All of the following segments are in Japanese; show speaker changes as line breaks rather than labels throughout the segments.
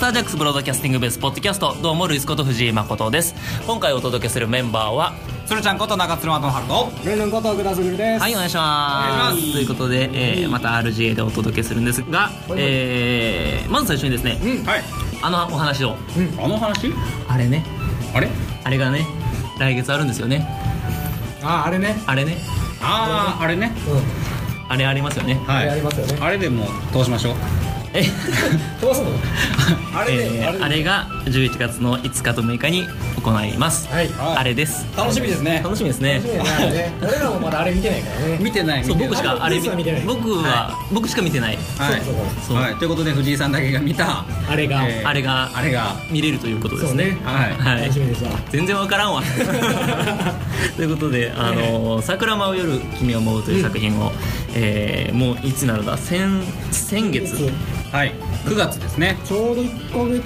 タージャックスブロードキャスティングベースポッドキャストどうもルイスこと藤井誠です今回お届けするメンバーは
鶴ちゃんこと長鶴松春と
ルンルンことグラスグルです。
はいお願いします
お願いします
ということで、えーまた RGA でお届けするんですが、えーまず最初にですね、
はい
あのお話を
あの話
あれね
あれ
あれがね来月あるんですよね
あ、あれね。
あれね
あああれね
うん。
あれありますよね
あ
は
れあり
い
ますよね。
あれでもどうしましょう
え
どうすんの？ あれ
え
ね。
ーあ
ね
れが11月の5日と6日に行います、
はい。
あれです
楽しみですね
楽しみですね
楽しみだねあれね。 俺らもまだあれ見てないからね。
見てない
そう
見て
僕
ない
しかあれ見
僕は見てない
僕は、僕しか見てない
はい
そうそう
そう
はいということで藤井さんだけが見た
あれが。
えー
あれが
あれが
見れるということですね
そうね
は
は
い
い
楽しみですわ。
全然わからんわ ということで「あの桜舞う夜君を舞う」という作品を、えーもういつなのだ先先月
はい9月ですね
ちょうど一ヶ月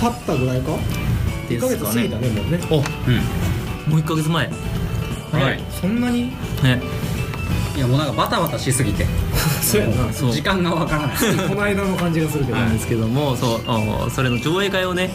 経ったぐらいか。
で
一ヶ
す
月
か
過ぎ
ね
たねもうね。
うん
もう1ヶ月前
はい
そんなに？
ね
いやもうなんかバタバタしすぎて
そうやな。
そう
時間がわからない
この間の感じがするけど。
な
は
ん
い
で。すけどもそうあのそれの上映会をね、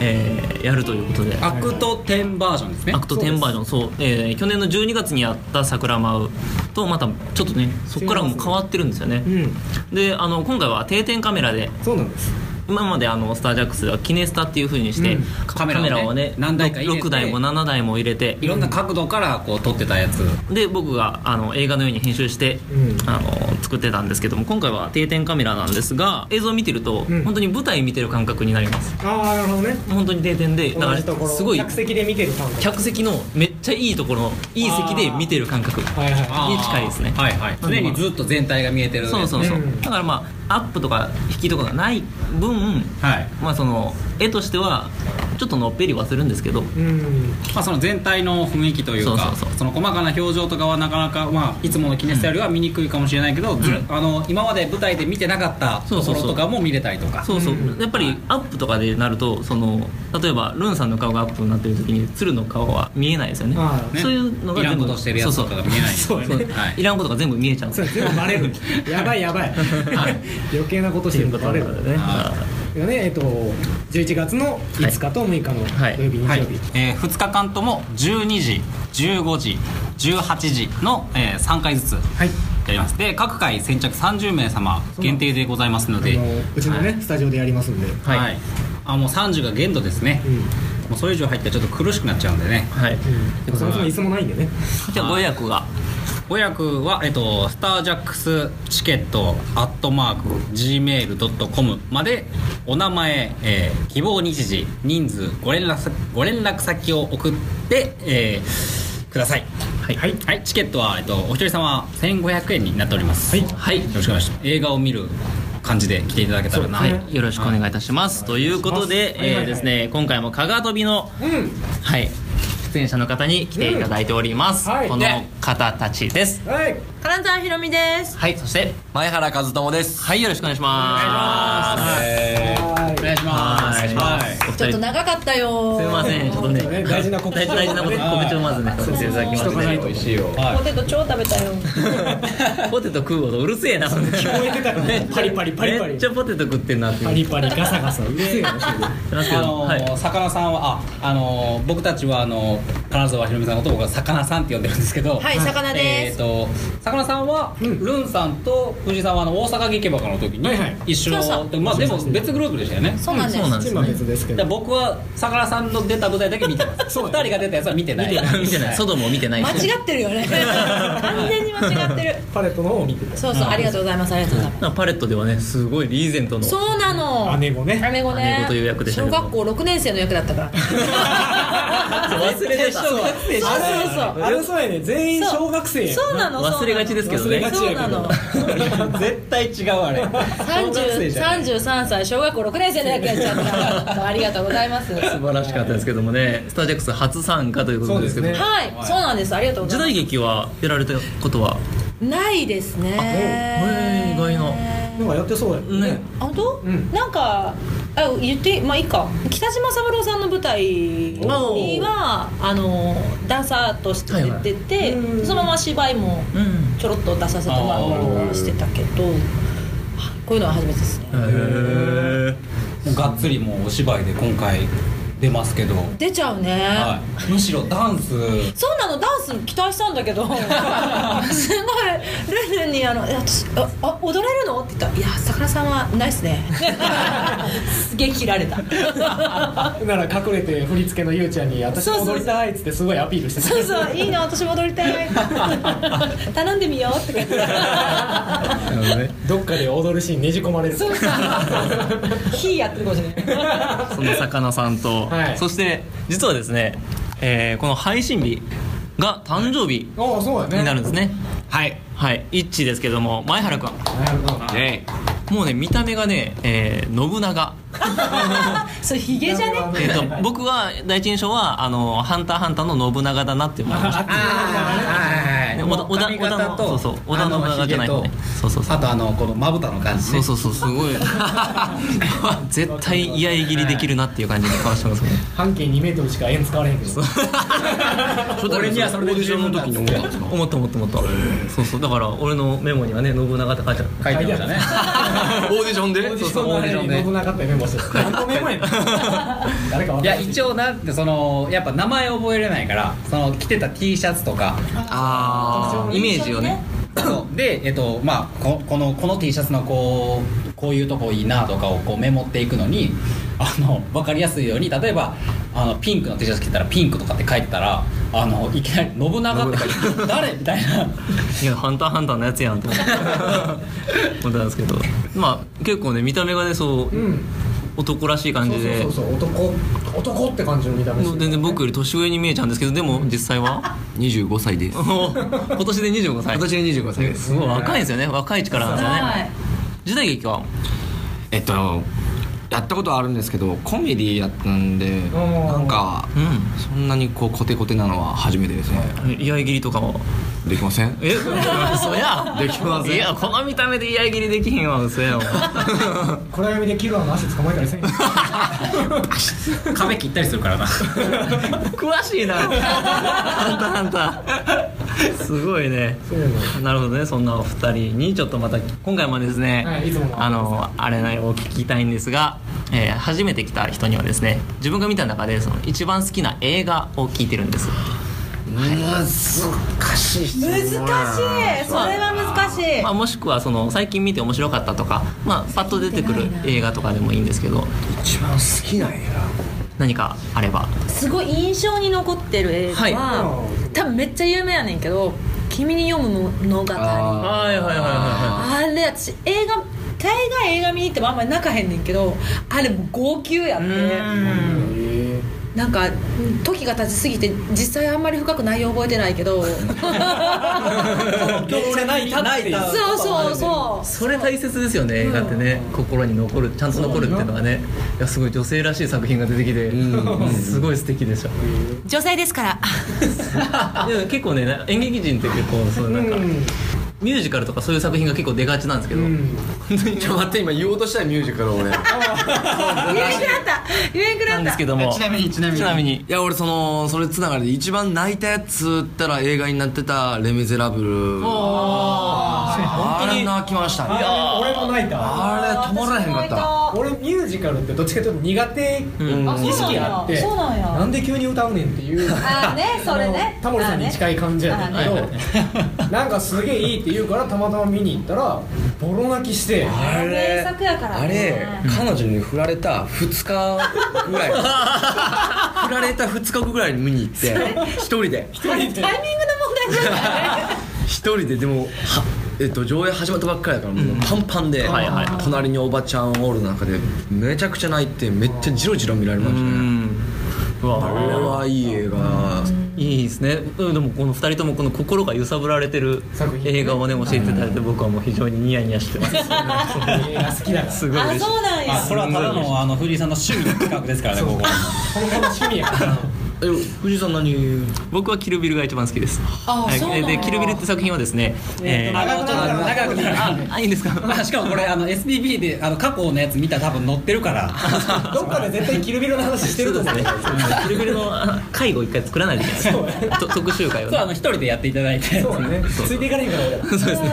えーやるということで
アクト10バージョンですね
アクト10バージョンそうえー去年の12月にやった「桜舞う」とまたちょっとねそこからも変わってるんですよね
うん。
であの今回は定点カメラで
そうなんです。
今まであのスタージャックスはキネスタっていうふうにして、
うん
カ
カ
メ
メ
ラ
ラ
を
を
ね
ね
何
何
台
台
か
か入れて
6台も7台も入れて
いろんな角度からこう撮ってたやつ
で僕があの映画のように編集して、
うん
あの作ってたんですけども今回は定点カメラなんですが映像を見てると、
うん
本当に舞台見てる感覚になります
ああなるほどね。
本当に定点でだ
同
か
じとこ
ら
ろ。
すごい
客席で見てる感覚。
客席のめっちゃいいところのいい席で見てる感覚
はいはい。
に近いですね
はいはい
なんで
常にずっと全体が見えてる
そうそうそう、
うん
だからまあアップとか引きとかがない分
はい
まあその絵としてはちょっとのっぺりはするんですけど
うん。
まあ、その全体の雰囲気というか
そうそうそう
その細かな表情とかはなかなか、まあ、いつものキネスタよりは見にくいかもしれないけど、ず
うん
あの今まで舞台で見てなかった
そう
と
そ
こ
うそう
ろとかも見れたりとか
そうそう、
うん
やっぱりアップとかでなるとその例えばルンさんの顔がアップになってる時に鶴の顔は見えないですよね
ああ
ね
そういうのが
いら
全
ん
部
ことしてるやつとかが見えない
そうそう
そう
そう
はい
いらんことが全部見えちゃうんです
そ
よ
う全部バレ る。やばいやばい。 余計なことしてるとバレる
と
か
いう
ら
こと
ね
でね
は
がね、えっと、11月の5日と6日の
はい
土曜日、日
はい
曜日、
えー2日間とも12時15時18時の、え3回ずつ
はい
やりますで各回先着30名様
そう
限定でございますので
あのうちのね、
はい
スタジオでやりますんで、う
はい
はいあもう30が限度ですね、
ん、うん、
もうそれ以上入ったらちょっと苦しくなっちゃうんでね
はい、
でもそもそも椅子もないんでね、
じゃあご予約が
ご予約は、えっと、スタージャックスチケットアットマーク Gmail.com までお名前、えー希望日時人数ご連絡さご連絡先を送って、えーください
はい
はい
はいチケットは、えっと、お一人様1500円になっております
はい
はい
よろしくお願いします映画を見る感じで来ていただけたらな
そう
は
です
はい
い、よろしくお願いいたします。ということで、
はいはいはい
えーですね、今回も加賀飛びの、
うん
はい、出演者の方に来ていただいております。
うんはい
この方たちです。
はい
金沢ひろみです。
はい、そして、
前原和友です。
はい、よろしくお願いします。
えーお願いします
はい、お願いします。お二
ちょっ
人
と長かったよ。
すみません、ちょっと
そう
ね、
ね大事な告知
大事大事なこと、
はい
告知をまずね、させていただきま
しと
す
かな
ね
い。と
しいよ。
はい
ポテト超食べたよ。
ポテト食う音うるせえな。
聞こえてたからねパリパリパリパ
め
リ
っちゃポテト食ってんなって。
パリパリガサガサうるせえなそれ
なんですけ
あ
ど
の
はい
ー魚さんはあ、あのー僕たちはあのー金沢ひろみさんのことを僕は魚さんって呼んでるんですけど
はい魚です
えー、と魚さんは、
うん
ルンさんと藤井さんはあの大阪劇場の時に
はいはい
一緒の、
そうそう
でまあでも別グループでしたよね
そうなんです。
そうなん
チー
です
ムは
ね。
別ですけ
で
ど
僕は魚さんの出た舞台だけ見てます
そう
2人が出たやつは見てない
見てない、ソドムを見てない。
間違ってるよね。 完全に間違ってる。
パレットの方を見てた
そうそう、ありがとうございます。ありがとうございま
なんかパレットではね、すごいリーゼントの。
す。そうなの。
姉子ね
姉子ね。
姉子という役でしたけ
小
ど
学校六年生の役だったから。
忘れてた。
そうそうそう。
あれそうやね全員小学生や
そうなの。そうなの
忘れがちですけど
忘れ
ね
がち
そう
や
な
けど
の。
絶対違うあれ
三十三十三歳小学校六年生の役やっちゃった。ありがとうございます。はい、
素晴らしかったですけどもね、スタージャックス初参加ということですけど
そうですね
そうなんです。ありがとうござ
時
います
代。劇はやられたことは
ないですね
あおへー意外な
なんかやってそうやね
ね
あ本当、
ん
なんかあ言ってまあいいか北島三郎さんの舞台にはあのダンサーとして出てて、
うん
そのまま芝居も
うん
ちょろっと出させてもらったりはしてたけど、はいこういうのは初めてですね、
へえ
もうがっつりもうお芝居で今回出ますけど、
出ちゃうね、
はい、むしろダンス
そうなのダンス期待したんだけどすごいルンルンにあのえ私ああ踊れるの?」って言ったら「いやさくらさんはないっすね」すげえ切られた
なら隠れて振り付けのゆうちゃんに「私
そうそう
踊りたい」っつってすごいアピールしてた
そうそう「いいな私も踊りたい」頼んでみよう」って言って
なるほどね どっかで踊るシーンねじ込まれる
そうそうそう火やってるかもしれない
その魚さんと、
はい
そして実はですね、えーこの配信日が誕生日
ああそうだね
になるんですすね
はい
はいイッチですけども前原君
なるほどな
ね
もうね見た目がね、えー信長
それヒゲじゃね
えー と僕は第一印象は「あのハンターハンター」の信長だなって思いました
あ
ね
ー
織田
この髪型と
織田のそうそう織田
あの
信長じゃない方ね
ひげと
そうそうそう
あとあのこのまぶたの感じ
そ
ね
うそうそうす ごい絶対居合切りできるなっていう感じの顔して ますね
半径2メートルしか円使われへんけど
俺にはそれでオーディションの時に思ったんですか
思った思った思ったそうそうだから俺のメモにはね信長って書いてある
書いてましたね
オーディションで
オーディ
そう
シ
そう
ョ
オ
ン
ーディション
で
で
信長ってメモしてる何のメモやねん誰か分かん
い
な
や
い
一応なんてそのやっぱ名前覚えれないからその着てた T シャツとか
ああイメージをね
そう で、えっとまあ、ここのこの T シャツのこうこういうとこいいなとかをこうメモっていくのにあの分かりやすいように例えばあのピンクの T シャツ着てたらピンクとかって書いてたらあのいきなり「信長」って書いて誰みたいない
や「ハンターハンター」のやつやんと思って思ったんですけどまあ結構ね見た目がねそう、
うん
男らしい感
そう
じで
そうそうそう男男って感じの見た目して
もう
る
全然僕より年上に見えちゃうんですけどでも実際は
25歳です
もう 今年で25歳
今年で25歳です
すごい若いんですよね若い力なんですよね時代劇は
えっとやったことはあるんですけどコメディやったんで
ー
なんか
うん
そんなにこうコテコテなのは初めてですね
居合切りとかも
でき ません
え嘘や
できません
いやこの見た目で居合切りできひんわ嘘や わ
暗闇でキルアの足捕まえたりせ んよ
壁切ったりするから な
詳しいなハンターハンターすごいね
そうなの
なるほどねそんなお二人にちょっとまた今回もですね、
はいいつもの
あのあれなを聞きたいんですが、えー初めて来た人にはですね自分が見た中でその一番好きな映画を聞いてるんです
難しい質問
難しい
や
それ
な
は難しい
まあ、もしくはその最近見て面白かったとか、まあ、パッと出てくる映画とかでもいいんですけど
一番好きなんや
何かあれば
すごい印象に残ってる映画は、
は
多分めっちゃ有名やねんけど「君に読む物語」あ
あ
は
ー
いはいはいはいは
れ私映画大概映画見に行ってもあんまり泣かへんねんけどあれもう号泣やって
うん
へ
なんか時が経ちすぎて実際あんまり深く内容覚えてないけどそう
俺泣いた泣いた
そうそう
それ大切ですよね映画ってね心に残るちゃんと残るっていうのはねいやすごい女性らしい作品が出てきてすごい素敵でした
女性ですから
でも結構ね演劇人って結構そうなんか
うん
ミュージカルとかそういう作品が結構出がちなんですけど、
うん
本当に
ちょっと待って今言おうとしたミュージカル俺
言えんくなった言えんく
な
なんっ
で
た
すけども
ちなみにちなみに
ちなみに
いや俺そのそれつながりで一番泣いたやつったら映画になってた「レ・ミゼラブル」あれ泣きましたね
あ俺も泣いた
あれ止まらへんかった
俺ミュージカルってどっちかというと苦手
うん
意識があって
そうなんや
なんで急に歌うねんっていう
あーねそれね
あのタモリさんに近い感じやねんけ
あ
どなんかすげえいいって言うからたまたま見に行ったらボロ泣きして
あ
名作やからね
あれ彼女に振られた2日ぐ らい振られた2日後ぐらいに見に行って一人で
タイミングの問題じゃない
一人ででもはえっと上映始まったばっかりだからもうパンパンで、
はいはい
隣におばちゃんおる中でめちゃくちゃ泣いてめっちゃジロジロ見られま
う
したね
んう
あ
わ
れはいい映画
いいですねうんでもこの2人ともこの心が揺さぶられてる
作品ね
映画をね教えていただいて僕はもう非常にニヤニヤしてます
映画好きだから
すごい嬉
あ
しい
そうなんや
あこれはただのあのフリーさんの趣味の企画ですからねここ
今後の趣味やから
え藤井さん何僕はキルビルが一番好きです
あ
はい
そうなんだ
でキルビルって作品はですね、え
あのちょっと長くなる
あいいんですか
あしかもこれあの SBB であの過去のやつ見たら多分載ってる から
どっかで絶対キルビルの話してると思う
そうですねキルビルのあ介護一回作らないといけないと特集会を
そうあ
ね
の一人でやっていただいて
そうね
そう
ついていかないから俺ら
そうですね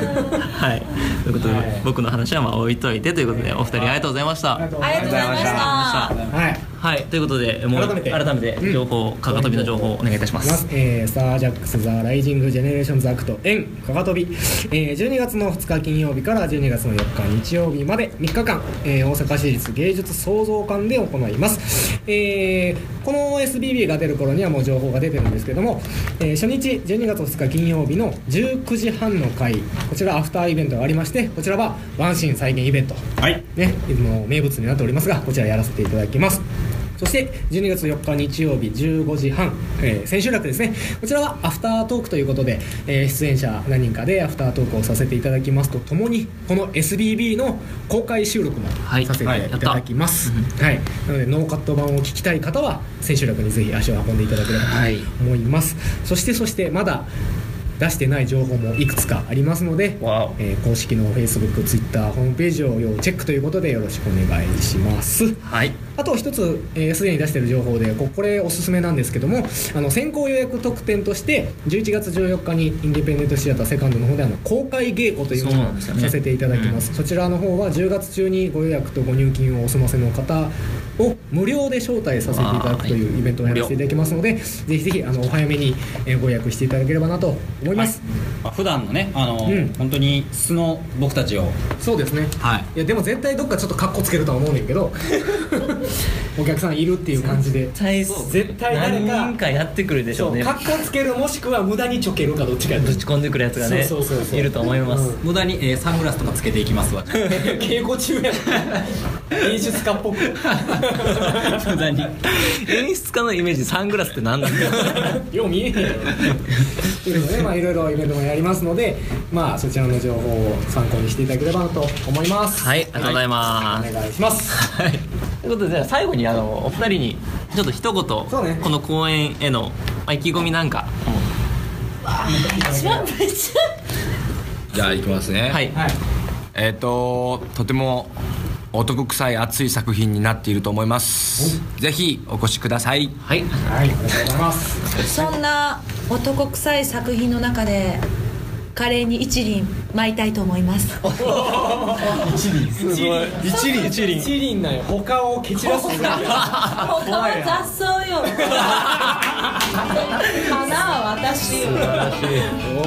はいということで、
はい
僕の話はまあ置いといてということでお二人ありがとうございました
ありがとうございました
はい
はいということでもう
改めて
改めて情報、かかとびの情報をお願いいたしま
います
す
えー、スタージャックス・ザ・ライジング・ジェネレーションズ・アクト N かがとび、えー、12月の2日金曜日から12月の4日日曜日まで3日間、えー大阪市立芸術創造館で行います、えーこの SBB が出る頃にはもう情報が出てるんですけども、えー初日12月2日金曜日の19時半の回こちらアフターイベントがありましてこちらはワンシーン再現イベント
はい
ね、もう名物になっておりますがこちらやらせていただきますそして12月4日日曜日15時半、えー千秋楽ですねこちらはアフタートークということで、えー出演者何人かでアフタートークをさせていただきますとともにこの SBB の公開収録も
はい
させていただきます、はいなのでノーカット版を聞きたい方は千秋楽にぜひ足を運んでいただければ
はい
と思います、そしてそしてまだ出してない情報もいくつかありますので、
わお
えー公式の Facebook、Twitter、ホームページを要チェックということでよろしくお願いします。
はい
あと一つ、えーすでに出している情報でここれおすすめなんですけどもあの先行予約特典として11月14日にインディペンデントシアターセカンドの方であの公開稽古という
そう
の
な
を
んですよね
させていただきますそちらの方は10月中にご予約とご入金をお済ませの方を無料で招待させていただくというイベントをやらせていただきますので、ぜひぜひあのお早めにえーご予約していただければなと思います、
あ普段のねあの、
うん
本当に素の僕たちを
そうですね
はい
いやでも絶対どっかちょっとカッコつけるとは思うねんだけどお客さんいるっていう感じで
絶
対誰か
何人かやってくるでしょ
そうう
ね
カッコつけるもしくは無駄にちょけるかどっちかやと
ぶち込んでくるやつがね
そうそうそうそう
いると思います、
無駄に、えーサングラスとかつけていきますわ
稽古中やん芸術家っぽく
無駄に
演出家のイメージサングラスって何なん だ
よう見えへんやん
ということで、まあ、いろいろイベントもやりますので、まあ、そちらの情報を参考にしていただければなと思います。
はいありがとうございます、
お願いします。
はい、ということでじゃあ最後にあのお二人にちょっと一言
そうね
この公演へのまあ意気込みなんか
一番めっち
じゃあ行きますね
はい、
はい
えっ、ととても男臭い熱い作品になっていると思いますぜひお越しください
はい、
はい、ありがとうございます。
ゃそんな男臭い作品の中で華麗に一輪舞いたいと思います
一輪一輪一輪一輪なんよ他を蹴散ら す
他は雑草 よ花は私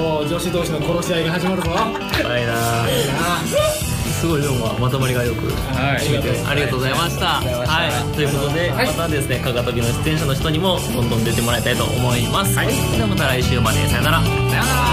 おお、女子同士の殺し合いが始まるぞ。
はいなすごいでもまとまりがよく、はい、ありがとうございましたはいということで、またですねかかとびの出演者の人にもどんどん出てもらいたいと思います、はい、ではまた来週までさよならさよなら